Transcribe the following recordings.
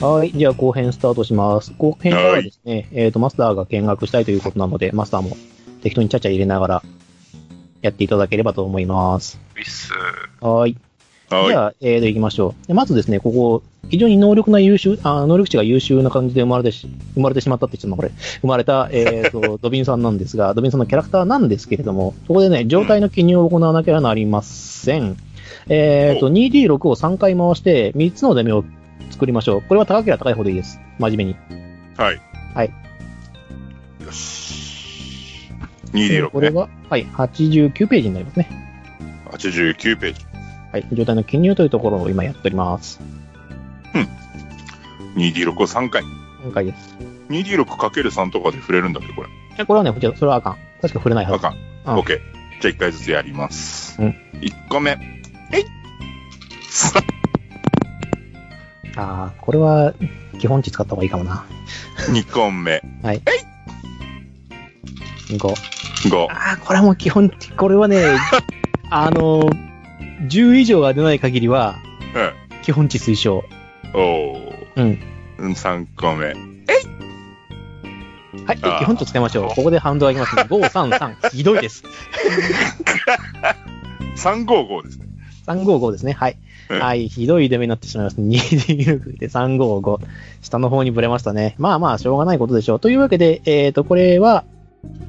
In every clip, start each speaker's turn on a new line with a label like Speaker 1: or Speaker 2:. Speaker 1: はい。じゃあ後編スタートします。後編からはですね、えっ、と、マスターが見学したいということなので、マスターも適当にちゃちゃ入れながらやっていただければと思います。
Speaker 2: ウィッス。
Speaker 1: はい。
Speaker 3: は
Speaker 1: じ
Speaker 3: い。
Speaker 1: ゃあ、えーと、行きましょう。でまずですね、ここ、非常に能力な優秀、あ能力値が優秀な感じで生まれてし、生まれてしまったって言っちゃったなこれ。生まれた、えーと、ドビンさんなんですが、ド ビンさんのキャラクターなんですけれども、ここでね、状態の記入を行わなければなりません。えーと、2D6 を3回回して、3つの出目を作りましょう。これは高ければ高いほどいいです。真面目に。
Speaker 3: はい。
Speaker 1: はい。
Speaker 3: よし。
Speaker 1: こ
Speaker 3: 2D6
Speaker 1: れ
Speaker 3: ね。
Speaker 1: は、はい、89ページになりますね。
Speaker 3: 89ページ。
Speaker 1: はい、状態の記入というところを今やっております。
Speaker 3: 2D6 を3回。
Speaker 1: 今回です。
Speaker 3: 2D6×3 とかで触れるんだっけこれ。
Speaker 1: いやこれはね、こちらそれはあかん。確か触れないはず
Speaker 3: あ。かん。
Speaker 1: うん
Speaker 3: OK。じゃあ1回ずつやります。
Speaker 1: うん
Speaker 3: 1個目。えい さ
Speaker 1: ああ、これは基本値使った方がいいかもな。
Speaker 3: 2個目。
Speaker 1: 5。
Speaker 3: 5。
Speaker 1: ああ、これはもう基本値、これはね、 あのー、10以上が出ない限りは、基本値推奨。
Speaker 3: うん。おー。
Speaker 1: うん。
Speaker 3: うん、3個目。
Speaker 1: はい、
Speaker 3: あー
Speaker 1: 基本値使いましょう。ここでハンド上げますね。5、3、3。ひどいです。
Speaker 3: 355ですね。
Speaker 1: 355ですね。はい。
Speaker 3: うん
Speaker 1: はい、ひどい出目になってしまいます。2D6 で355。下の方にぶれましたね。まあまあ、しょうがないことでしょう。というわけで、えっ、と、これは、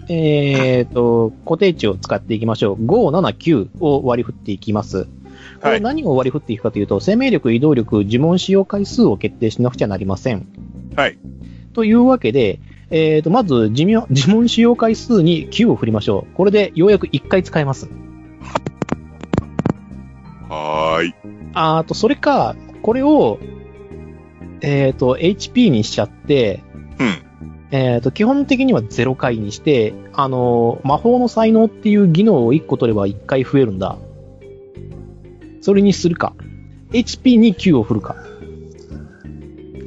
Speaker 1: えっ、と、固定値を使っていきましょう。579を割り振っていきます。こ
Speaker 3: は
Speaker 1: れ
Speaker 3: い。
Speaker 1: 何を割り振っていくかというと、生命力、移動力、呪文使用回数を決定しなくちゃなりません。
Speaker 3: はい。
Speaker 1: というわけで、えっ、と、まず、寿命呪文使用回数に9を振りましょう。これでようやく1回使えます。
Speaker 3: はーい。
Speaker 1: あーと、それか、これを、えっ、と、HP にしちゃって、
Speaker 3: うん。
Speaker 1: えっ、と、基本的には0回にして、あのー魔法の才能っていう技能を1個取れば1回増えるんだ。それにするか。HP に9を振るか。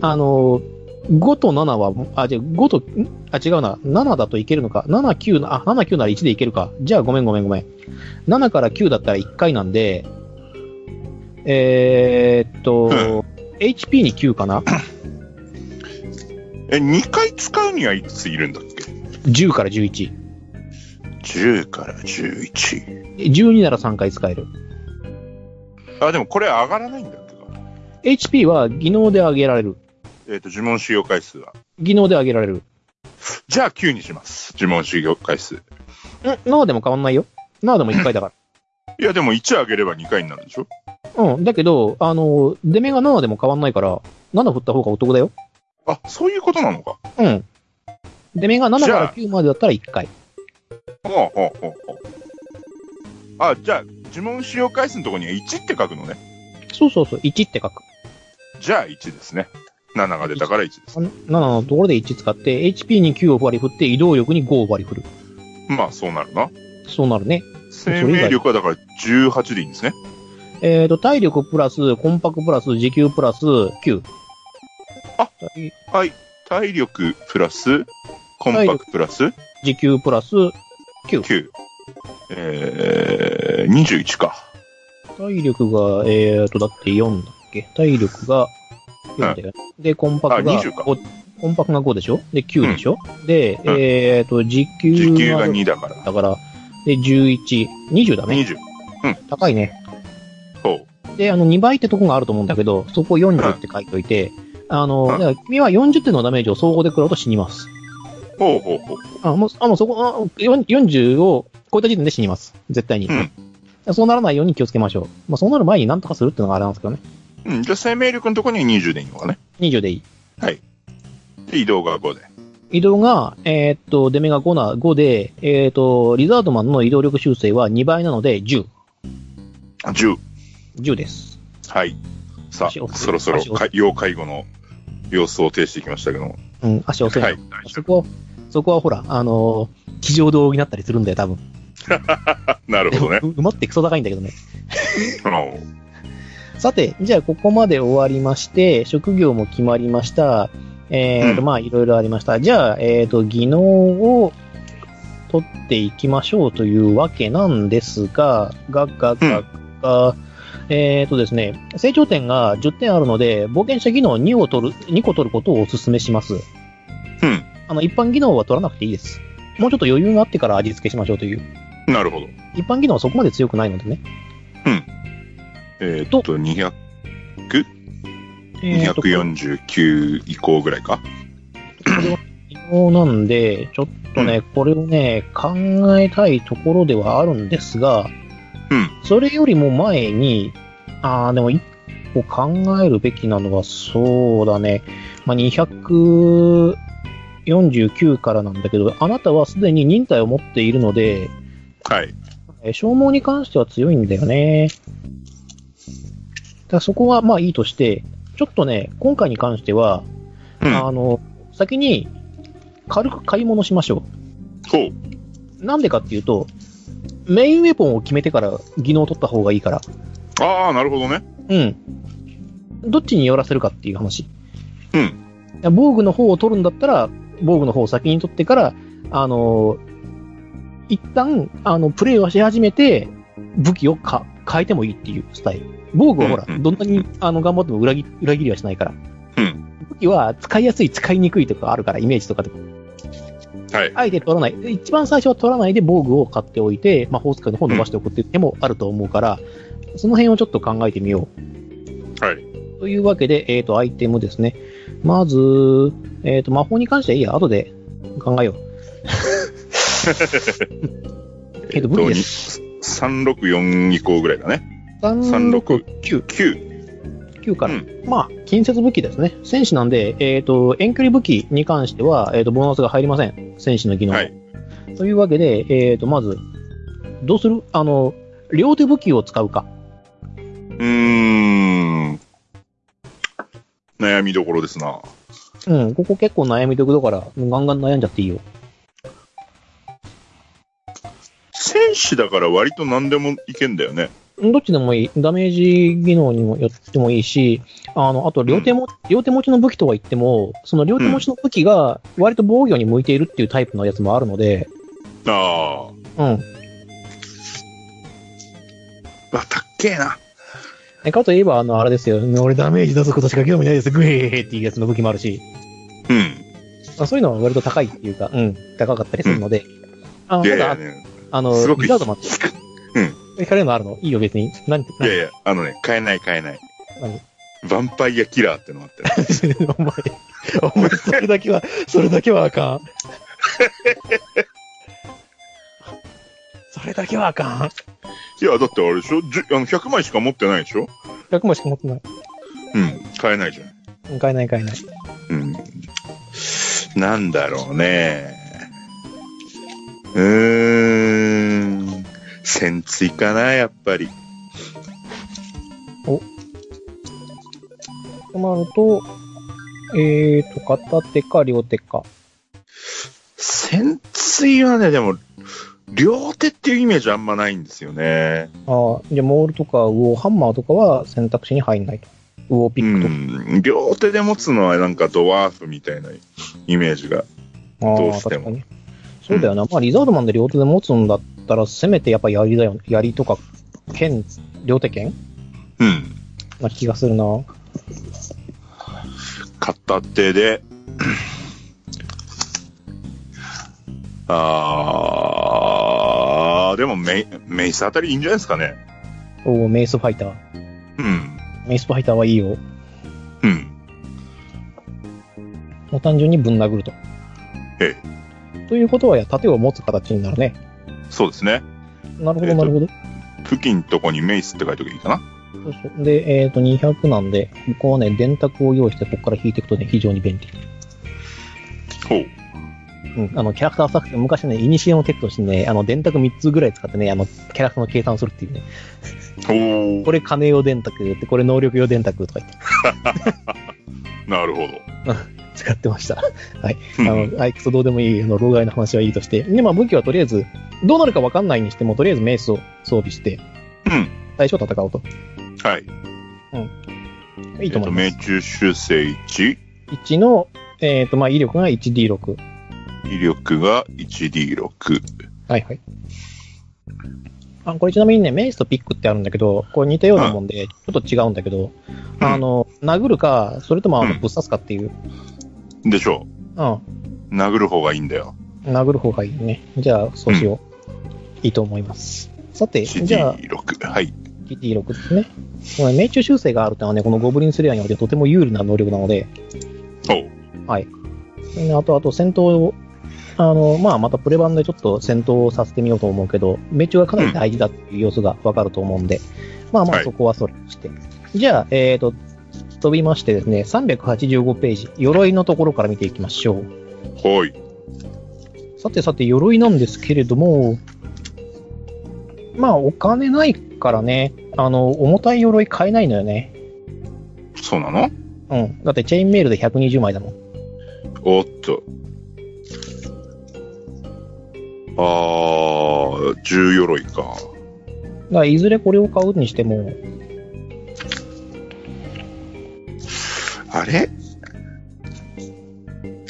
Speaker 1: あのー、5と7は、あ、じゃあ5と、んあ、違うな。7だといけるのか。7、9な、あ、7、9なら1でいけるか。じゃあごめんごめんごめん。7から9だったら1回なんで、えーっと、HP に9かな。
Speaker 3: え、2回使うにはいくついるんだっけ
Speaker 1: 10から11。
Speaker 3: 10から11。
Speaker 1: 12なら3回使える。
Speaker 3: あ、でもこれ上がらないんだっけか
Speaker 1: HP は技能で上げられる。
Speaker 3: えっ、と、呪文使用回数は。
Speaker 1: 技能で上げられる。
Speaker 3: じゃあ9にします。呪文使用回数。い
Speaker 1: んなあでも変わんないよ。なあでも1回だか
Speaker 3: や、でも1上げれば2回になるでしょ
Speaker 1: ら。うん。だけど、あの、出目が7でも変わんないから、7振った方がお得だよ。
Speaker 3: あ、そういうことなのか。
Speaker 1: うん。出目が7
Speaker 3: じ
Speaker 1: か
Speaker 3: ゃ
Speaker 1: ら
Speaker 3: あ
Speaker 1: 9までだったら1回。
Speaker 3: ほうほうほうほう。あ、じゃあ、呪文使用回数のところには1って書くのね。
Speaker 1: そうそうそう、1って書く。
Speaker 3: じゃあ1ですね。7が出たから1です。
Speaker 1: あの7のところで1使って、HP に9を割り振って、移動力に5を割り振る。
Speaker 3: まあ、そうなるな。
Speaker 1: そうなるね。
Speaker 3: 生命力はだから18でいいんですね。
Speaker 1: えっ、と、体力プラス、コンパクプラス、持久プラス9。
Speaker 3: あはい。体力プラス、コンパクプラス、
Speaker 1: 持久プラス、
Speaker 3: 9。えー、21か。
Speaker 1: 体力が、えーと、だって4だっけ体力が4だよね。で、コンパク
Speaker 3: あ
Speaker 1: が
Speaker 3: 20か
Speaker 1: 5、コンパクが5でしょで、9でしょ、で、
Speaker 3: うん
Speaker 1: えーと、時給
Speaker 3: 時給が2だから。
Speaker 1: だから、で、11、20だね。
Speaker 3: 20。
Speaker 1: 高いね。
Speaker 3: ほう。
Speaker 1: で、あの、2倍ってとこがあると思うんだけど、そこ40って書いといて、あの、
Speaker 3: うん
Speaker 1: だから君は40点のダメージを総合で食らうと死にます。
Speaker 3: ほうほうほう。
Speaker 1: あ、もう、あ、もうそこ、あ4 40を超えた時点で死にます。絶対に。そうならないように気をつけましょう。まあ、そうなる前に何とかするっていうのがあれなんですけどね。
Speaker 3: うん、じゃあ生命力のとこには20でいいのかね。
Speaker 1: 20でいい。
Speaker 3: で、移動が5で。
Speaker 1: 移動が、えーっと、出目が5な、5で、えーっと、リザードマンの移動力修正は2倍なので10。
Speaker 3: あ10。
Speaker 1: 10です。
Speaker 3: はい。さ
Speaker 1: 足を
Speaker 3: あ、そろそろ
Speaker 1: 足を
Speaker 3: か要介護の様子を呈してきましたけども。
Speaker 1: うん、足をせん、
Speaker 3: はい。
Speaker 1: そこは、そこはほら、あのー、気上道になったりするんだよ、多分。。
Speaker 3: なるほどね
Speaker 1: 馬ってクソ高いんだけどね。
Speaker 3: うん
Speaker 1: さて、じゃあここまで終わりまして、職業も決まりました。えーと、
Speaker 3: うん
Speaker 1: まあ、いろいろありました。じゃあ、えーと、技能を取っていきましょうというわけなんですが、が、が、が、が、えーとですね、成長点が10点あるので、冒険者技能2を取る、2個取ることをお勧めします。
Speaker 3: うん。
Speaker 1: あの、一般技能は取らなくていいです。もうちょっと余裕があってから味付けしましょうという。
Speaker 3: なるほど。
Speaker 1: 一般技能はそこまで強くないのでね。
Speaker 3: えーっと、200
Speaker 1: えーと、これ
Speaker 3: 249以降ぐらいか。
Speaker 1: は技能なんで、ちょっとね、これをね、考えたいところではあるんですが、
Speaker 3: うん
Speaker 1: それよりも前に、あー、でも一個考えるべきなのは、そうだね、まあ、249からなんだけど、あなたはすでに忍耐を持っているので、
Speaker 3: はい。
Speaker 1: えー消耗に関しては強いんだよね。だからそこはまあいいとして、ちょっとね、今回に関しては、
Speaker 3: うん。
Speaker 1: あの、先に軽く買い物しましょ
Speaker 3: ほう。
Speaker 1: う。なんでかっていうと、メインウェポンを決めてから技能を取った方がいいから。
Speaker 3: ああ、なるほどね。
Speaker 1: うん。どっちに寄らせるかっていう話。
Speaker 3: うん
Speaker 1: ん。防具の方を取るんだったら、防具の方を先に取ってから、あの一旦、あの、プレイをし始めて、武器をか変えてもいいっていうスタイル。防具はほら、
Speaker 3: うんうん
Speaker 1: どんなにあの頑張っても裏切裏切りはしないから。
Speaker 3: うん。
Speaker 1: 武器は使いやすい、使いにくいとかあるから、イメージとかでも。
Speaker 3: はい。
Speaker 1: あえて取らない。一番最初は取らないで防具を買っておいて、魔法使いの方を伸ばしておくっていう手もあると思うから、その辺をちょっと考えてみよう。
Speaker 3: はい。
Speaker 1: というわけで、えっ、と、アイテムですね。まず、えっ、と、魔法に関してはいいや、後で考 えよう。えっと、武器です。
Speaker 3: 364以降ぐらいだね。
Speaker 1: 369
Speaker 3: 9。
Speaker 1: 9から。
Speaker 3: うん
Speaker 1: まあ、近接武器ですね。戦士なんで、えっ、と、遠距離武器に関しては、えっ、と、ボーナスが入りません。戦士の技能。
Speaker 3: はい。
Speaker 1: というわけで、えっ、と、まず、どうするあの、両手武器を使うか。
Speaker 3: うーん。悩みどころですな。
Speaker 1: うん、ここ結構悩みどころだから、ガンガン悩んじゃっていいよ。
Speaker 3: 戦士だから割と何でもいけんだよね。
Speaker 1: どっちでもいい。ダメージ技能にもよってもいいし、あの、あと両手も、両手持ちの武器とは言っても、その両手持ちの武器が割と防御に向いているっていうタイプのやつもあるので、
Speaker 3: あ
Speaker 1: うん。
Speaker 3: あ。わ、たっけえな。
Speaker 1: えかといえば、あの、あれですよ。俺ダメージ出すことしか興味ないです。グヘーヘーっていうやつの武器もあるし、
Speaker 3: うん。
Speaker 1: あそういうのは割と高いっていうか、うん、高かったりするので、あの、
Speaker 3: い
Speaker 1: た
Speaker 3: やいや
Speaker 1: だ、
Speaker 3: ね。
Speaker 1: あの、
Speaker 3: すごく
Speaker 1: リザードマン、。
Speaker 3: うん
Speaker 1: 光るのあるのいいよ、別に。なんて、
Speaker 3: い
Speaker 1: なん
Speaker 3: やいや、あのね、買えない買えない
Speaker 1: 何。
Speaker 3: ヴァンパイアキラーってのがあって ね。
Speaker 1: お前、お前、それだけは、それだけはあかん。それだけはあかん。
Speaker 3: いや、だってあれでしょじゅあの ?100 枚しか持ってないでしょ
Speaker 1: 100もしか持ってない。
Speaker 3: うん。買えないじゃん。
Speaker 1: うん買えない買えない。
Speaker 3: うん。なんだろうね。うーん。戦追かな、やっぱり。
Speaker 1: となると、えーと、片手か両手か。
Speaker 3: 戦追はね、でも、両手っていうイメージあんまないんですよね。
Speaker 1: ああ、じゃあモールとかウオーハンマーとかは選択肢に入んないと。ウオーピ
Speaker 3: う
Speaker 1: ックと
Speaker 3: ん。両手で持つのはなんかドワーフみたいなイメージが。
Speaker 1: か。
Speaker 3: どう
Speaker 1: ああ、
Speaker 3: して
Speaker 1: 確
Speaker 3: も
Speaker 1: かに。そうだよな。まあ、リザードマンで両手で持つんだったら、せめてやっぱ槍だよね。槍とか、剣、両手剣
Speaker 3: うん。
Speaker 1: な気がするな。
Speaker 3: 片手で、 あー、でもメイ、メイスあたりいいんじゃないですかね。
Speaker 1: おお、メイスファイター。
Speaker 3: うん。
Speaker 1: メイスファイターはいいよ。
Speaker 3: うん。
Speaker 1: もう単純にぶん殴ると。
Speaker 3: え
Speaker 1: ということは、いや盾を持つ形になるね。
Speaker 3: そうですね。
Speaker 1: なるほ
Speaker 3: え
Speaker 1: ど、
Speaker 3: ー
Speaker 1: な
Speaker 3: と
Speaker 1: るほど。
Speaker 3: 付近のとこにメイスって書いときゃいいかな。
Speaker 1: そうそうで、えっ、と、200なんで、ここはね、電卓を用意して、ここから引いていくとね、非常に便利。
Speaker 3: ほう。
Speaker 1: うん、あの、キャラクター作戦、昔ね、イニシエのテクとしてね、あの、電卓3つぐらい使ってね、あの、キャラクターの計算をするっていうね。
Speaker 3: ほ
Speaker 1: これ金用電卓って、これ能力用電卓とか言って
Speaker 3: う。なるほど。
Speaker 1: 使ってました。
Speaker 3: う
Speaker 1: あ
Speaker 3: ん
Speaker 1: の、あいくそどうでもいい、あの、老害の話はいいとして。で、まあ、武器はとりあえず、どうなるかわかんないにしても、とりあえずメイスを装備して、
Speaker 3: うん。
Speaker 1: 最初戦おうと。
Speaker 3: はい。
Speaker 1: いいと思います。
Speaker 3: えっと、命中修正1、
Speaker 1: 1の、えっ、と、まあ、威力が 1D6。
Speaker 3: 威力が 1D6。
Speaker 1: はいはい。あこれちなみにね、メイスとピックってあるんだけど、これ似たようなもんで、ちょっと違うんだけど、
Speaker 3: うん
Speaker 1: あの、殴るか、それともあの
Speaker 3: うん
Speaker 1: ぶっ刺すかっていう、
Speaker 3: でしょ
Speaker 1: うん、
Speaker 3: う。殴る方がいいんだよ。
Speaker 1: 殴る方がいいね。じゃあ、そうしよう。いいと思います。さて、じゃあ、
Speaker 3: CD6。はい。
Speaker 1: GT6 ですね。この命中修正があるってのはね、このゴブリンスレイヤーにおいてとても有利な能力なので、
Speaker 3: おう。
Speaker 1: ねあと、あと戦闘を、あの、まあ、またプレ版でちょっと戦闘をさせてみようと思うけど、命中がかなり大事だっていう要素がわかると思うんで、まあま
Speaker 3: は
Speaker 1: あ
Speaker 3: い
Speaker 1: そこはそれとして。じゃあ、えっ、と、飛びましてですね、385ページ、鎧のところから見ていきましょう。
Speaker 3: ほい。
Speaker 1: さてさて、鎧なんですけれども、まあ、お金ないからね、あの、重たい鎧買えないのよね。
Speaker 3: そうなの
Speaker 1: うん。だって、チェーンメールで120枚だもん。
Speaker 3: おっと。あー、重鎧か。
Speaker 1: だから、いずれこれを買うにしても、
Speaker 3: あれ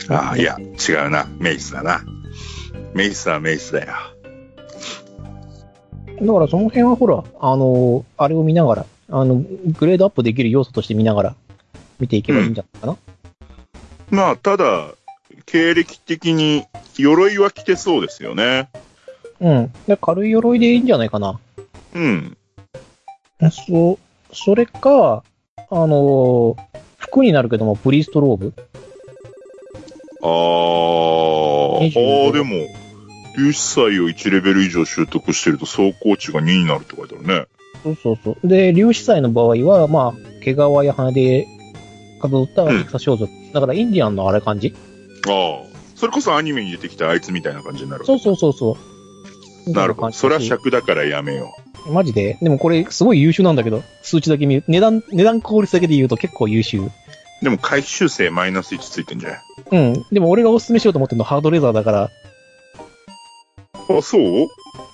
Speaker 3: あー、いや、違うな。メイスだな。メイスはメイスだよ。
Speaker 1: だからその辺はほら、あの、あれを見ながら、あの、グレードアップできる要素として見ながら、見ていけばいいんじゃないかな。
Speaker 3: まあ、ただ、経歴的に鎧は着てそうですよね。
Speaker 1: うん。で軽い鎧でいいんじゃないかな。
Speaker 3: うん。
Speaker 1: そう、それか、あの、服になるけども、プリーストローブ。
Speaker 3: あー、あ
Speaker 1: 25
Speaker 3: ーでも、粒子祭を1レベル以上習得してると走行値が2になるって書いてあるね。
Speaker 1: そうそうそう。で、粒子祭の場合は、まあ、毛皮や羽でかぶった
Speaker 3: うん
Speaker 1: 草装束。だから、インディアンのあれ感じ
Speaker 3: ああ。それこそアニメに出てきたあいつみたいな感じになる。
Speaker 1: そうそうそうそう。
Speaker 3: なるほど。それは
Speaker 1: しゃ
Speaker 3: 尺だからやめよ
Speaker 1: マジででもこれ、すごい優秀なんだけど、数値だけ見る。値段、値段効率だけで言うと結構優秀。
Speaker 3: う。でも回収生マイナス1ついてんじゃん。
Speaker 1: うん。でも俺がおすすめしようと思ってるのハードレザーだから。
Speaker 3: あ、そう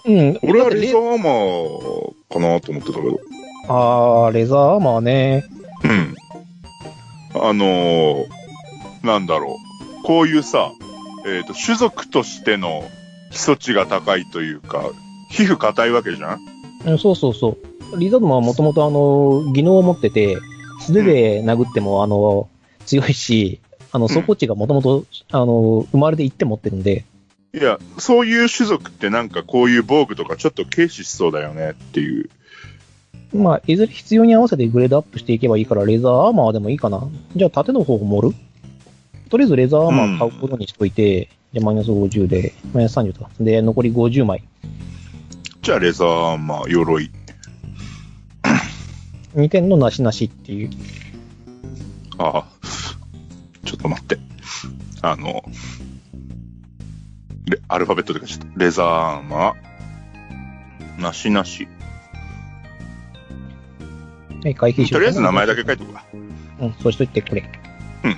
Speaker 1: うん。
Speaker 3: 俺はレザ
Speaker 1: ー。
Speaker 3: ーアーマーかなと思ってたけど。
Speaker 1: あー、レザーアーマーね。
Speaker 3: うん。あのー、なんだろう。こういうさ、えっ、と、種族としての基礎値が高いというか、皮膚硬いわけじゃん
Speaker 1: うん、そうそうそう。リザードマンはもともとあの、技能を持ってて、素手で殴ってもあの、強いし、あの、
Speaker 3: ん
Speaker 1: 底値がもともと、あの、生まれていって持ってるんで、
Speaker 3: いや、そういう種族ってなんかこういう防具とかちょっと軽視しそうだよねっていう。
Speaker 1: まあ、いずれ必要に合わせてグレードアップしていけばいいから、レザーアーマーでもいいかな。じゃあ、縦の方を盛るとりあえずレザーアーマー買うことにしといて、じゃあ、マイナス50で、マイナス30とか。で、残り50枚。
Speaker 3: じゃあレザー、まあ、鎧。
Speaker 1: 2点のなしなしっていう。
Speaker 3: ああ。ちょっと待って。あの、レアルファベットで書いちゃった。レザーアーマー、なしなし。
Speaker 1: はい、回避し
Speaker 3: と
Speaker 1: よう
Speaker 3: りあ
Speaker 1: かな
Speaker 3: えず名前だけ書いておくわ。
Speaker 1: うん、そうしといてくれ。
Speaker 3: うん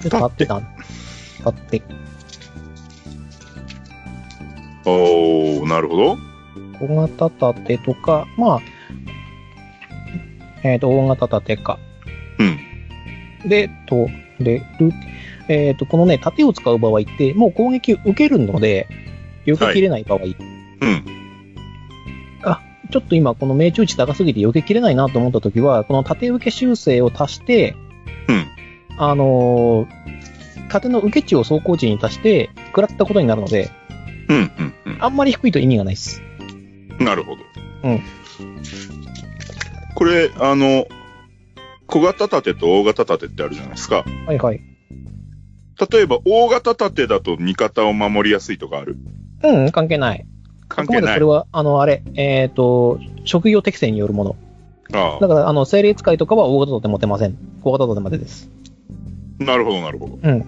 Speaker 1: ちょっと立ってた。立って。
Speaker 3: おー、なるほど。
Speaker 1: 小型盾とか、まあ、えっ、と、大型盾か。
Speaker 3: うん。
Speaker 1: で、と、で、る、えっ、と、このね、盾を使う場合って、もう攻撃受けるので、避けきれない場合、
Speaker 3: うん。
Speaker 1: ちょっと今、この命中値高すぎて避けきれないなと思ったときは、この縦受け修正を足して、
Speaker 3: うん
Speaker 1: あのー縦の受け値を走行値に足して、食らったことになるので、
Speaker 3: うん。うん。
Speaker 1: あんまり低いと意味がないです。
Speaker 3: うん。なるほど。
Speaker 1: うん。
Speaker 3: これ、あの、小型盾と大型盾ってあるじゃないですか。
Speaker 1: はいはい。
Speaker 3: 例えば、大型盾だと味方を守りやすいとかある。
Speaker 1: うん、関係ない。
Speaker 3: 関係
Speaker 1: あくまで
Speaker 3: な
Speaker 1: そ
Speaker 3: い
Speaker 1: れ。は、あの、あれ、えっ、と、職業適正によるもの。
Speaker 3: あ
Speaker 1: だから、あの、精霊使いとかは大型盾持てません。小型盾までです。
Speaker 3: あ。なるほど、なるほど。
Speaker 1: うん。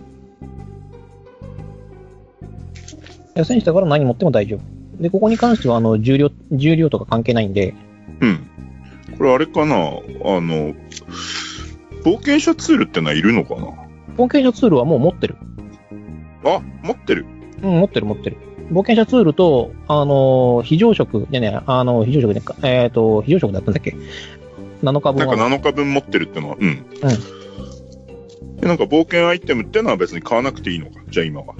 Speaker 1: 安い人だから何持っても大丈夫。で、ここに関しては、あの、重量、重量とか関係ないんで、
Speaker 3: うん。これ、あれかなあの、冒険者ツールってのはいるのかな
Speaker 1: 冒険者ツールはもう持ってる。
Speaker 3: あ、持ってる。
Speaker 1: うん、持ってる持ってる。冒険者ツールと、あの、非常食、じゃね、あの、非常食ね、かえっ、と、非常食だったんだっけ ?7 日
Speaker 3: な
Speaker 1: 分
Speaker 3: んか
Speaker 1: は。
Speaker 3: 7日分持ってるってのは、うん。でなんか冒険アイテムってのは別に買わなくていいのか。じゃあ今は。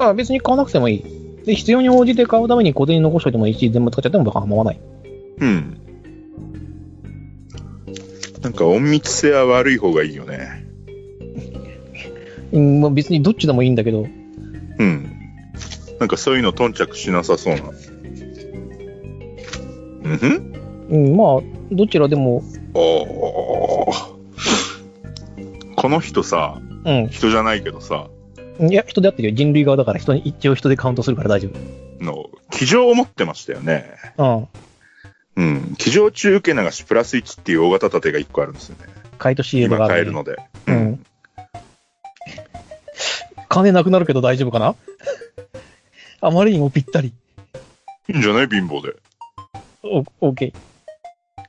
Speaker 1: あ、別に買わなくてもいい。で、必要に応じて買うために小銭残しといてもいいし、全部使っちゃっても構わない。
Speaker 3: うん。なんか隠密性は悪い方がいいよね。
Speaker 1: うん、まあ、別にどっちでもいいんだけど、
Speaker 3: うん。なんかそういうの頓着しなさそうな。うんふん
Speaker 1: うん、まあ、どちらでも、
Speaker 3: おー。この人さ、
Speaker 1: うん。
Speaker 3: 人じゃないけどさ、
Speaker 1: いや、人であってるよ。人類側だから人に、一応人でカウントするから大丈
Speaker 3: の、気丈を持ってましたよね。
Speaker 1: 夫。うん。
Speaker 3: うん。気丈中受け流しプラス1っていう大型盾が1個あるんですよね。
Speaker 1: 買いと CM が
Speaker 3: 今
Speaker 1: ある、
Speaker 3: 買えるので。
Speaker 1: う。ん。金なくなるけど大丈夫かな あまりにもぴったり。
Speaker 3: いいんじゃない貧乏で。
Speaker 1: お、オーケー。い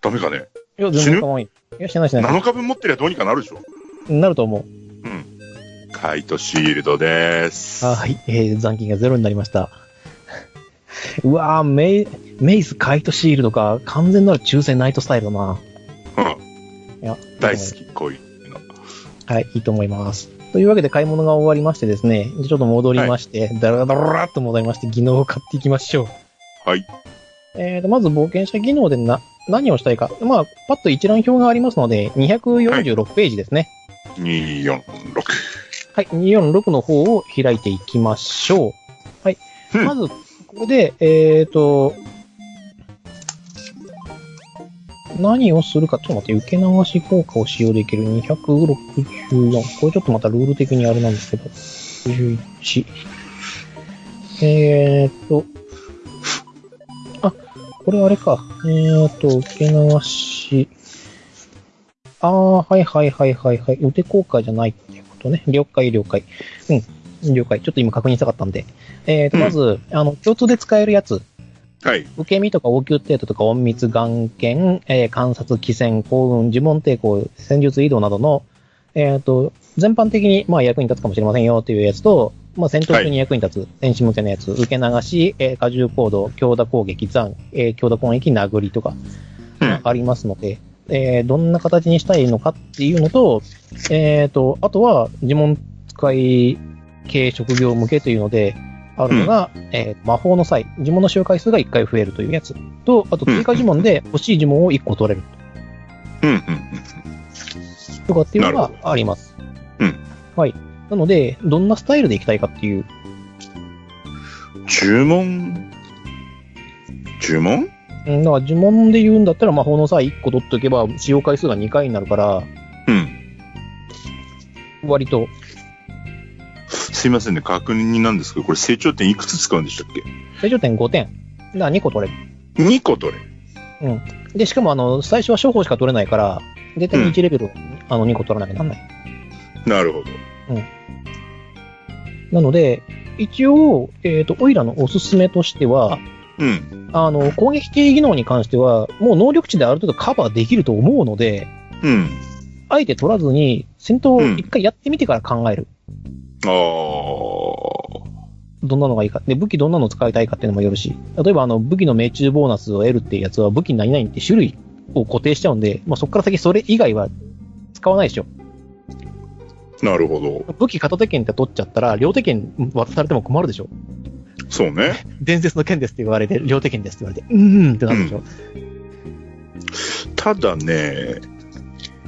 Speaker 3: ダメかね。
Speaker 1: や、
Speaker 3: 死
Speaker 1: 全
Speaker 3: ぬ
Speaker 1: 然構わない。いや、してないしてない。
Speaker 3: 7日分持ってりゃどうにかなるでしょ。
Speaker 1: なると思う。
Speaker 3: カイトシールドです。
Speaker 1: はい。 えー、残金がゼロになりました。 うわぁ、メイ、メイス、カイトシールドか。完全なる抽選ナイトスタイルだな。
Speaker 3: うん
Speaker 1: いや、
Speaker 3: 大好き、こういうの。
Speaker 1: はい、いいと思います。というわけで買い物が終わりましてですね、でちょっと戻りまして、ダラダラダラっと戻りまして、技能を買っていきましょう。
Speaker 3: はい。
Speaker 1: えーと、まず冒険者技能でな、何をしたいか。まあ、パッと一覧表がありますので、246ページですね。
Speaker 3: 2、4、6。
Speaker 1: はい、246の方を開いていきましょう。はい。
Speaker 3: うん
Speaker 1: まず、ここで、えーと、何をするか、ちょっと待って、受け流し効果を使用できる264。これちょっとまたルール的にあれなんですけど、11。えーと、あ、これあれか。えーと、受け流し。ああ、はいはいはいはいはい。予定公開じゃないっていうことね。了解了解。うん。了解。ちょっと今確認したかったんで。えーと、
Speaker 3: うん
Speaker 1: まず、あの、共通で使えるやつ。
Speaker 3: はい。
Speaker 1: 受け身とか応急程度とか隠密、眼見、えー観察、気戦、幸運、呪文抵抗、戦術移動などの、えっ、と、全般的に、まあ、役に立つかもしれませんよっていうやつと、まあ、戦闘中に役に立つ、戦士向けのやつ、受け流し、えー、荷重行動、強打攻撃、残、えー強打攻撃、殴りとか、
Speaker 3: うん。
Speaker 1: ありますので、えーどんな形にしたいのかっていうのと、えー、と、あとは、呪文使い系職業向けというので、あるのが、えー魔法の際、呪文の使用回数が1回増えるというやつと、あと追加呪文で欲しい呪文を1個取れる
Speaker 3: うん。うん。
Speaker 1: とかっていうの
Speaker 3: な
Speaker 1: が
Speaker 3: る
Speaker 1: あります。
Speaker 3: うん
Speaker 1: はい。なので、どんなスタイルでいきたいかっていう、
Speaker 3: うん注文注文
Speaker 1: うんだから呪文で言うんだったら魔法の際1個取っておけば使用回数が2回になるから、
Speaker 3: うん。
Speaker 1: 割と、
Speaker 3: すいませんね、確認なんですけど、これ成長点いくつ使うんでしたっ
Speaker 1: 成長点5点。だから2個取れる
Speaker 3: け ?2 個取れ。
Speaker 1: で、しかもあの、最初は処方しか取れないから、絶対に1レベル、あの、2個取らなきゃなんない。
Speaker 3: なるほど。
Speaker 1: なので、一応、えっ、と、オイラのおすすめとしては、
Speaker 3: うん。
Speaker 1: あの、攻撃系技能に関しては、もう能力値である程度カバーできると思うので、
Speaker 3: うん。
Speaker 1: あえて取らずに、戦闘を一回やってみてから考える。
Speaker 3: あー。
Speaker 1: どんなのがいいか。で、武器どんなの使いたいかっていうのもよるし、例えばあの、武器の命中ボーナスを得るっていうやつは、武器何々って種類を固定しちゃうんで、まあ、そこから先それ以外は使わないでしょ。
Speaker 3: なるほど。
Speaker 1: 武器片手剣って取っちゃったら、両手剣渡されても困るでしょ。
Speaker 3: そうね。
Speaker 1: 伝説の剣ですって言われて、両手剣ですって言われて、うーんってなるでしょ。
Speaker 3: ただね、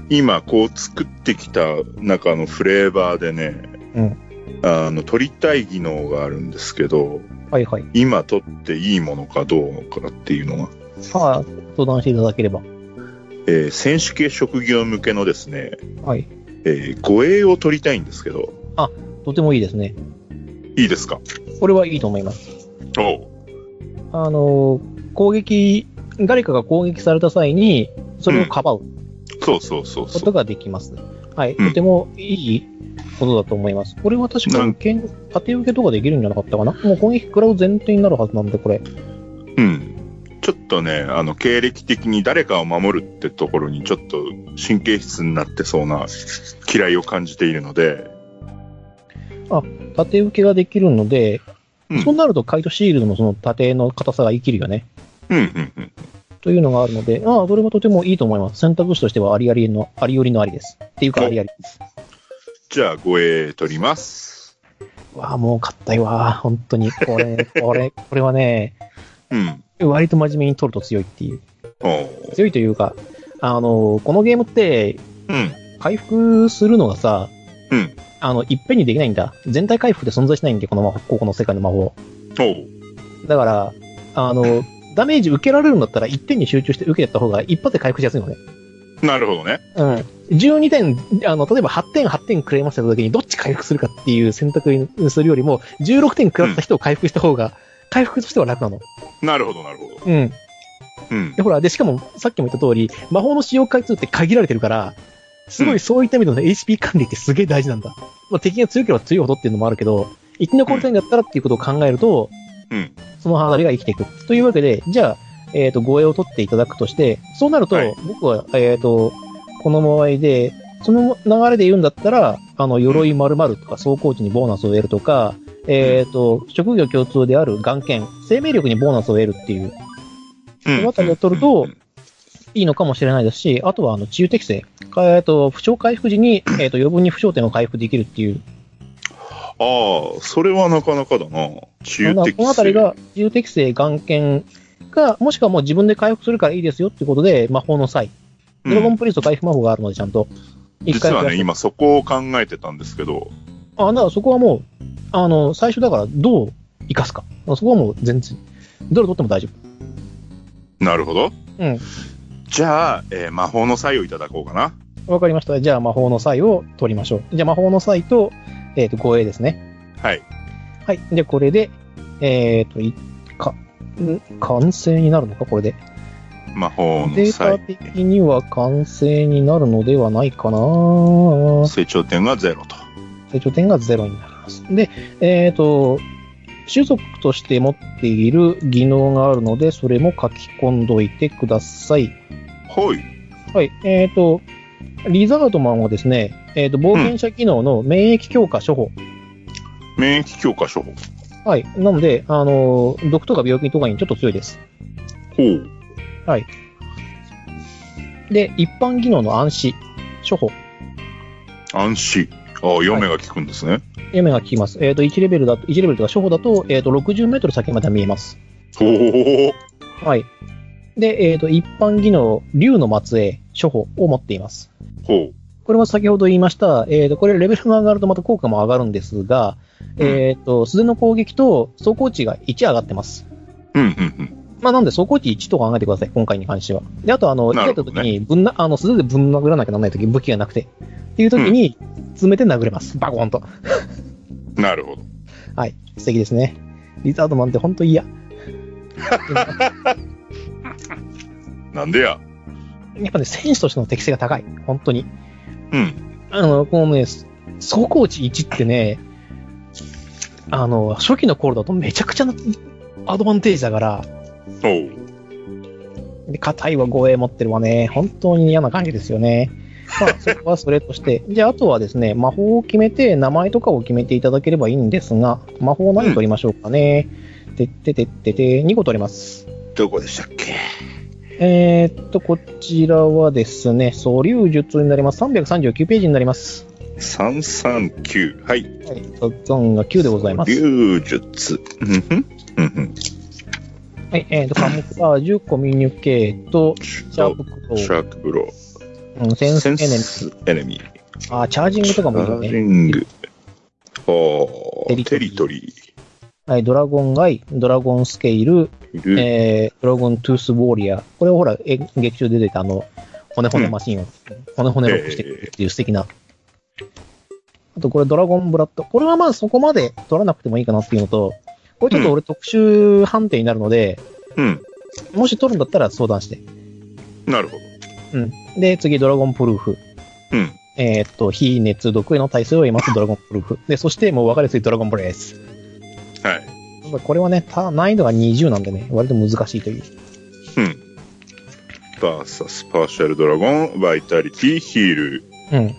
Speaker 3: 今こう作ってきた中のフレーバーでね、
Speaker 1: うん
Speaker 3: あの、取りたい技能があるんですけど、
Speaker 1: はいはい。
Speaker 3: 今取っていいものかどうかっていうのが、
Speaker 1: まあ、相談していただければ。
Speaker 3: えー選手系職業向けのですね、
Speaker 1: はい。
Speaker 3: えー護衛を取りたいんですけど、
Speaker 1: とてもいいですね。
Speaker 3: いいですか
Speaker 1: これはいいと思います。
Speaker 3: おう
Speaker 1: あの、攻撃、誰かが攻撃された際に、それをかばう
Speaker 3: そうそうそう
Speaker 1: こ
Speaker 3: そ
Speaker 1: と
Speaker 3: う。
Speaker 1: ができます。はい。
Speaker 3: うん
Speaker 1: とてもいいことだと思います。これは確か
Speaker 3: なん
Speaker 1: 受け、当て受けとかできるんじゃなかったかなもう攻撃食らう前提になるはずなんで、これ。
Speaker 3: うん。ちょっとね、あの、経歴的に誰かを守るってところにちょっと神経質になってそうな嫌いを感じているので、
Speaker 1: 縦受けができるので、
Speaker 3: うん
Speaker 1: そうなるとカイトシールドのその縦の硬さが生きるよね。
Speaker 3: うんうんうん。
Speaker 1: というのがあるので、ああ、それはとてもいいと思います。選択肢としてはありありの、ありよりのありです。っていうか、
Speaker 3: お
Speaker 1: ありありです。
Speaker 3: じゃあ、護衛取ります。
Speaker 1: わあ、もう硬いわ。本当に。これ、 これ、これはね、
Speaker 3: うん。
Speaker 1: 割と真面目に取ると強いっていう。
Speaker 3: おー
Speaker 1: 強いというか、あの、このゲームって、
Speaker 3: うん。
Speaker 1: 回復するのがさ、
Speaker 3: うん。
Speaker 1: あの、いっぺんにできないんだ。全体回復で存在しないんで、この魔法、ここの世界の魔法。
Speaker 3: おう
Speaker 1: だから、あの、ダメージ受けられるんだったら1点に集中して受けた方が一発で回復しやすいのね。
Speaker 3: なるほどね。
Speaker 1: うん。12点、あの、例えば8点8点くれました時にどっち回復するかっていう選択にするよりも、16点くらった人を回復した方が、回復としては楽なの。
Speaker 3: なるほど、なるほど。
Speaker 1: うん。
Speaker 3: うん。
Speaker 1: で、ほら、で、しかも、さっきも言った通り、魔法の使用回数って限られてるから、すご
Speaker 3: う
Speaker 1: い
Speaker 3: ん
Speaker 1: そういった意味でのね HP 管理ってすげえ大事なんだ。まあ、敵が強ければ強いほどっていうのもあるけど、生き残りたいんだったらっていうことを考えると、
Speaker 3: うん。
Speaker 1: そのハードルが生きていく。というわけで、じゃあ、えっ、と、護衛を取っていただくとして、そうなると、
Speaker 3: はい
Speaker 1: 僕は、えっ、と、この場合で、その流れで言うんだったら、あの、鎧〇〇とか、走行値にボーナスを得るとか、えっ、と、職業共通である眼剣、生命力にボーナスを得るっていう、
Speaker 3: うん。
Speaker 1: この辺りを取るといいのかもしれないですし、あとは、あの、治癒適性。えっ、と、負傷回復時に、えっ、と、余分に負傷点を回復できるっていう。
Speaker 3: ああ、それはなかなかだな。治癒的
Speaker 1: この辺りが、治癒適性、眼剣か、もしくはもう自分で回復するからいいですよっていうことで、魔法の際。ドラゴンプリンスと回復魔法があるので、ちゃんと。一
Speaker 3: 実
Speaker 1: 回
Speaker 3: はね、
Speaker 1: 増やす
Speaker 3: 今そこを考えてたんですけど、
Speaker 1: あ、だからそこはもう、あの、最初だからどう生かすか。そこはもう全然、どれ取っても大丈
Speaker 3: なるほど。
Speaker 1: うん
Speaker 3: じゃあ、えー魔法の際をいただこうかな。
Speaker 1: 夫。わかりました。じゃあ魔法の際を取りましょう。じゃあ魔法の際と、えっ、と、護衛ですね。
Speaker 3: はい。
Speaker 1: はい。で、これで、えっ、と、いか、ん完成になるのか、これで。
Speaker 3: 魔法の
Speaker 1: データ
Speaker 3: 際。
Speaker 1: 的には完成になるのではないかなぁ
Speaker 3: 成長点がゼロと。
Speaker 1: 成長点がゼロになります。で、えっ、と、種族として持っている技能があるので、それも書き込んどいてください。
Speaker 3: ほい。
Speaker 1: はい。えっ、と、リザードマンはですね、えっ、と、冒険者技能の免疫強化処方。
Speaker 3: 免疫強化処方。
Speaker 1: はい。なので、あの、毒とか病気とかにちょっと強いです。
Speaker 3: ほう。
Speaker 1: で、一般技能の暗視、処方。
Speaker 3: 安心。ああ、嫁が効くんですね。
Speaker 1: 夢が効きます。えっ、と、1レベルだと、1レベルとか処方だと、えっ、と、60メートル先まで見えます。
Speaker 3: ほうほうほうほう。
Speaker 1: はい。で、えっ、と、一般技能、竜の末裔、処方を持っています。
Speaker 3: ほう。
Speaker 1: これも先ほど言いました、えー、とこれレベルが上がるとまた効果も上がるんですが、
Speaker 3: うん
Speaker 1: えー、と素手の攻撃と走行値が1上がってます。
Speaker 3: うん、うん、
Speaker 1: まあ、なんで走行値1と考えてください、今回に関しては。で、あと、あの、
Speaker 3: な
Speaker 1: 逃
Speaker 3: る
Speaker 1: げた
Speaker 3: ほど
Speaker 1: 時
Speaker 3: ね
Speaker 1: にぶんな、あの、素手でぶん殴らなきゃならない時、武器がなくて。っていう時に、詰めて殴れます。バコーンと。
Speaker 3: うん。なるほど。
Speaker 1: はい。素敵ですね。リザードマンって本当嫌。
Speaker 3: なんでや。
Speaker 1: やっぱね、選手としての適性が高い。本当に。
Speaker 3: うん。
Speaker 1: あの、このね、走行値1ってね、あの、初期の頃だとめちゃくちゃなアドバンテージだから、
Speaker 3: ほう。
Speaker 1: で、硬いは護衛持ってるわね。本当に嫌な感じですよね。まあ、そこはそれとして。じゃあ、あとはですね、魔法を決めて、名前とかを決めていただければいいんですが、魔法何取りましょうかね。てっててってて、2個取ります。
Speaker 3: どこでしたっけ
Speaker 1: えーっと、こちらはですね、素粒術になります。339ページになります。
Speaker 3: ?339。はい。
Speaker 1: はい、ゾゾンが9でございます。
Speaker 3: 流術。うんふん。うんふん。
Speaker 1: はい、えー、と、カムフラージュ、コミュニケート、
Speaker 3: シ
Speaker 1: シャープクロ
Speaker 3: シ
Speaker 1: ー、
Speaker 3: ャークブロ
Speaker 1: うん、セ
Speaker 3: ー。
Speaker 1: ンス
Speaker 3: セ
Speaker 1: エ
Speaker 3: ン
Speaker 1: ネミー
Speaker 3: スエネミー。
Speaker 1: あー、チャージングとかもいいよ
Speaker 3: チャージ
Speaker 1: ね。
Speaker 3: ング。あ
Speaker 1: テ
Speaker 3: あ
Speaker 1: リトリー、
Speaker 3: テリトリ
Speaker 1: はい、ドラゴンガイ、ドラゴンスケール、
Speaker 3: ー。ル
Speaker 1: えー、ドラゴントゥースウォーリアー。これはほら、え劇中で出てたあの、骨骨マシンを、骨骨ロックしてくるっていう素敵な。あとこれドラゴンブラッド。これはまあそこまで取らなくてもいいかなっていうのと、これちょっと俺特殊判定になるので、
Speaker 3: うん。
Speaker 1: もし取るんだったら相談して。
Speaker 3: なるほど。
Speaker 1: うん。で、次ドラゴンプルーフ。
Speaker 3: うん。
Speaker 1: えーっと、非熱毒への耐性を得ますドラゴンプルーフ。で、そしてもう分かりやすいドラゴンブレース。
Speaker 3: はい。
Speaker 1: これはね、た難易度が20なんでね、割と難しいという。
Speaker 3: うん。バーサスパーシャルドラゴン、バイタリティ、ヒール、
Speaker 1: うん。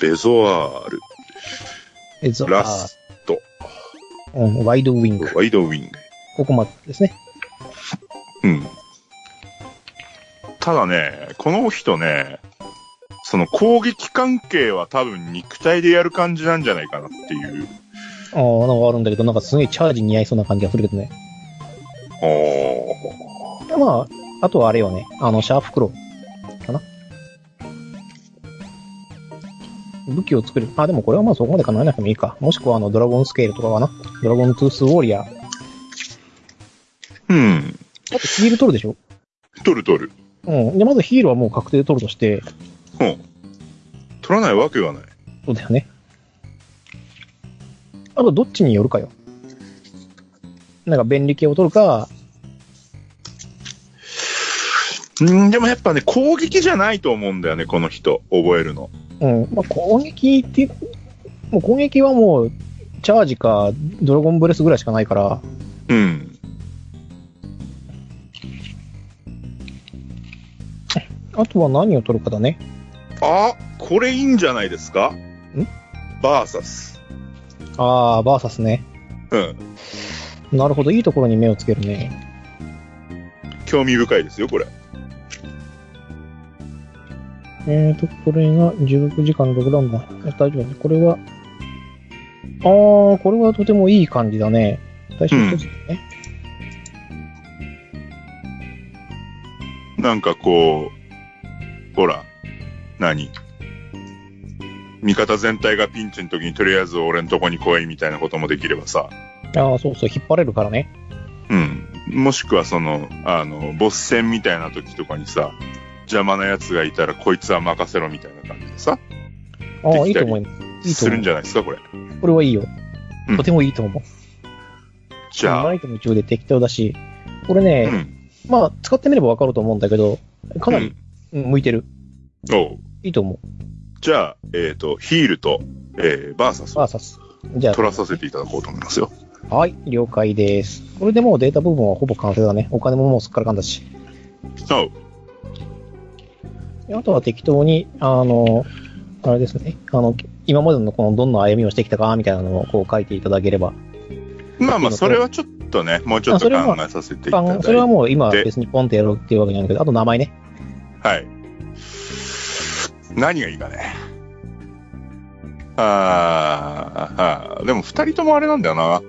Speaker 3: ベゾワール、
Speaker 1: えザ
Speaker 3: ラスト、
Speaker 1: うん、ワイドウィング。
Speaker 3: ワイドウィング。
Speaker 1: ここまでですね。
Speaker 3: うん。ただね、この人ね、その攻撃関係は多分肉体でやる感じなんじゃないかなっていう
Speaker 1: あああ、なんかあるんだけど、なんかすごいチャージ似合いそうな感じがするけどね。
Speaker 3: おー。
Speaker 1: まあ、あとはあれよね。あの、シャープクローかな。武器を作る。あ、でもこれはまあそこまで考えなくてもいいか。もしくはあの、ドラゴンスケールとかかな。ドラゴントゥースウォーリアー。だ
Speaker 3: うん。
Speaker 1: ってヒール取るでしょ
Speaker 3: 取る取る。
Speaker 1: うん。で、まずヒールはもう確定で取るとして、
Speaker 3: 取らないわけがない。
Speaker 1: そうだよね。あと、どっちによるかよ。なんか便利系を取るか、
Speaker 3: うん、でもやっぱね、攻撃じゃないと思うんだよね、この人。覚えるの。
Speaker 1: うん。まあ、攻撃って、もう攻撃はもう、チャージか、ドラゴンブレスぐらいしかないから、
Speaker 3: うん。
Speaker 1: あとは何を取るかだね。
Speaker 3: あ、これいいんじゃないですかんバーサス。
Speaker 1: あー、バーサスね。
Speaker 3: うん。
Speaker 1: なるほど、いいところに目をつけるね。
Speaker 3: 興味深いですよ、これ。
Speaker 1: えーと、これが16時間6ラウンド。え大丈夫です。これは、あー、これはとてもいい感じだね。大丈夫ですね。
Speaker 3: なんかこう、ほら、何味方全体がピンチの時にとりあえず俺のとこに来いみたいなこともできればさ。
Speaker 1: あー、そうそう、引っ張れるからね。
Speaker 3: うん。もしくはその、あの、ボス戦みたいな時とかにさ、邪魔な奴がいたらこいつは任せろみたいな感じでさ、
Speaker 1: あー、い
Speaker 3: でき
Speaker 1: い
Speaker 3: た
Speaker 1: と
Speaker 3: り
Speaker 1: 思います。いいと
Speaker 3: する
Speaker 1: 思
Speaker 3: んじゃないですか、これ。
Speaker 1: う。これはいいよ
Speaker 3: う。ん
Speaker 1: とてもいいと思う。
Speaker 3: じゃ
Speaker 1: ラ
Speaker 3: あ、
Speaker 1: イトも中で適当だし、これね、
Speaker 3: うん。
Speaker 1: まあ、使ってみればわかると思うんだけど、かな
Speaker 3: う
Speaker 1: り
Speaker 3: ん
Speaker 1: うん向いてる。
Speaker 3: おう
Speaker 1: いいと思う。
Speaker 3: じゃあ、えっ、と、ヒールと、えー、バーサスを
Speaker 1: バーサス。じゃ
Speaker 3: 取らさせていただこうと思いますよ。
Speaker 1: あ、はい、了解です。これでもうデータ部分はほぼ完成だね。お金ももうすっからかんだし。
Speaker 3: おう
Speaker 1: であとは適当に、あの、あれですね、あの、今までのこのどんな歩みをしてきたか、みたいなのをこう書いていただければ。
Speaker 3: まあまあ、それはちょっとね、もうちょっと考えさせていただい
Speaker 1: あ
Speaker 3: て。
Speaker 1: それはもう今
Speaker 3: で
Speaker 1: 別にポンってやろうっていうわけじゃないけど、あと名前ね。
Speaker 3: はい。何がいいかね。あーあー、でも二人ともあれなんだよな。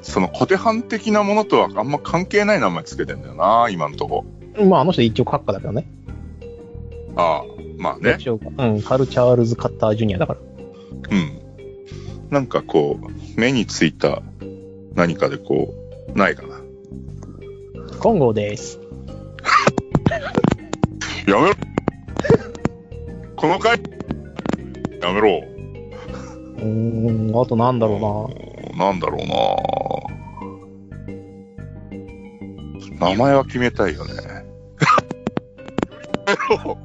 Speaker 3: その小手半的なものとはあんま関係ない名前つけてんだよな、今のとこ。
Speaker 1: まあ、あの人一応閣下だけどね。
Speaker 3: ああ、まあね。
Speaker 1: 一応うん、カル・チャールズ・カッター・ジュニアだから。
Speaker 3: うん。なんかこう、目についた何かでこう、ないかな。
Speaker 1: 金剛です。
Speaker 3: やめろこの回、やめ
Speaker 1: う
Speaker 3: ろ。
Speaker 1: ーん、あとなんだろうな。
Speaker 3: なんだろうな名前は決めたいよ ね。やめろ
Speaker 1: ん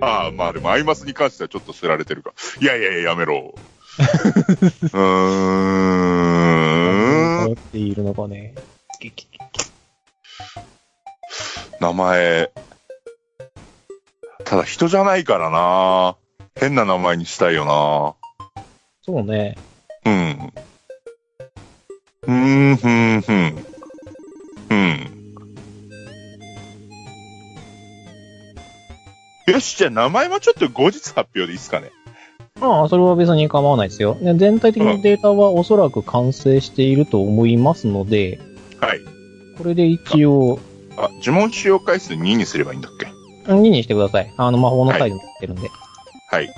Speaker 3: ああ、まあでも、アイマスに関してはちょっと知られてるか。いやいやいや、や めろ。うーん。
Speaker 1: っているのかね。
Speaker 3: 名前。ただ人じゃないからな。変な名前にしたいよ
Speaker 1: そうね。
Speaker 3: な。うん。うーん、ふん、ふん。うん。よし、じゃあ名前はちょっと後日発表でいいっすかね。
Speaker 1: まあ、それは別に構わないですよ。ね全体的にデータはおそらく完成していると思いますので、
Speaker 3: はい。
Speaker 1: これで一応、
Speaker 3: あ、呪文使用回数2にすればいいんだっけ
Speaker 1: 2にしてください。あの、魔法のサイズになってるんで。
Speaker 3: はい。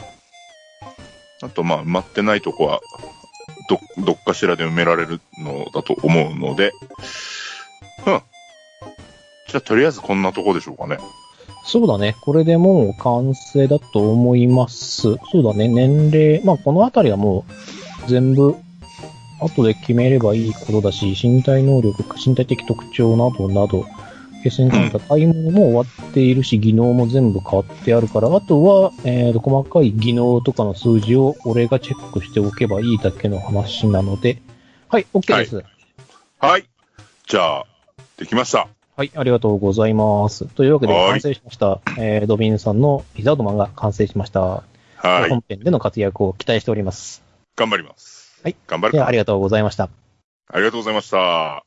Speaker 3: あと、まあ、埋まってないとこは、ど、どっかしらで埋められるのだと思うので、うん。じゃあ、とりあえずこんなとこでしょうかね。
Speaker 1: そうだね。これでもう完成だと思います。そうだね。年齢。まあ、このあたりはもう、全部、後で決めればいいことだし、身体能力、身体的特徴などなど、SN カウンター、買い物も終わっているし、技能も全部変わってあるから、あとは、えーと、細かい技能とかの数字を俺がチェックしておけばいいだけの話なので、はい、OK です。
Speaker 3: はい。じゃあ、できました。
Speaker 1: はい、ありがとうございます。というわけで
Speaker 3: はい
Speaker 1: 完成しました。えー、ドビンさんのリザードマンが完成しました。
Speaker 3: はい。
Speaker 1: 本編での活躍を期待しております。
Speaker 3: 頑張ります。
Speaker 1: はい。
Speaker 3: 頑張る
Speaker 1: では、
Speaker 3: か
Speaker 1: ありがとうございました。
Speaker 3: ありがとうございました。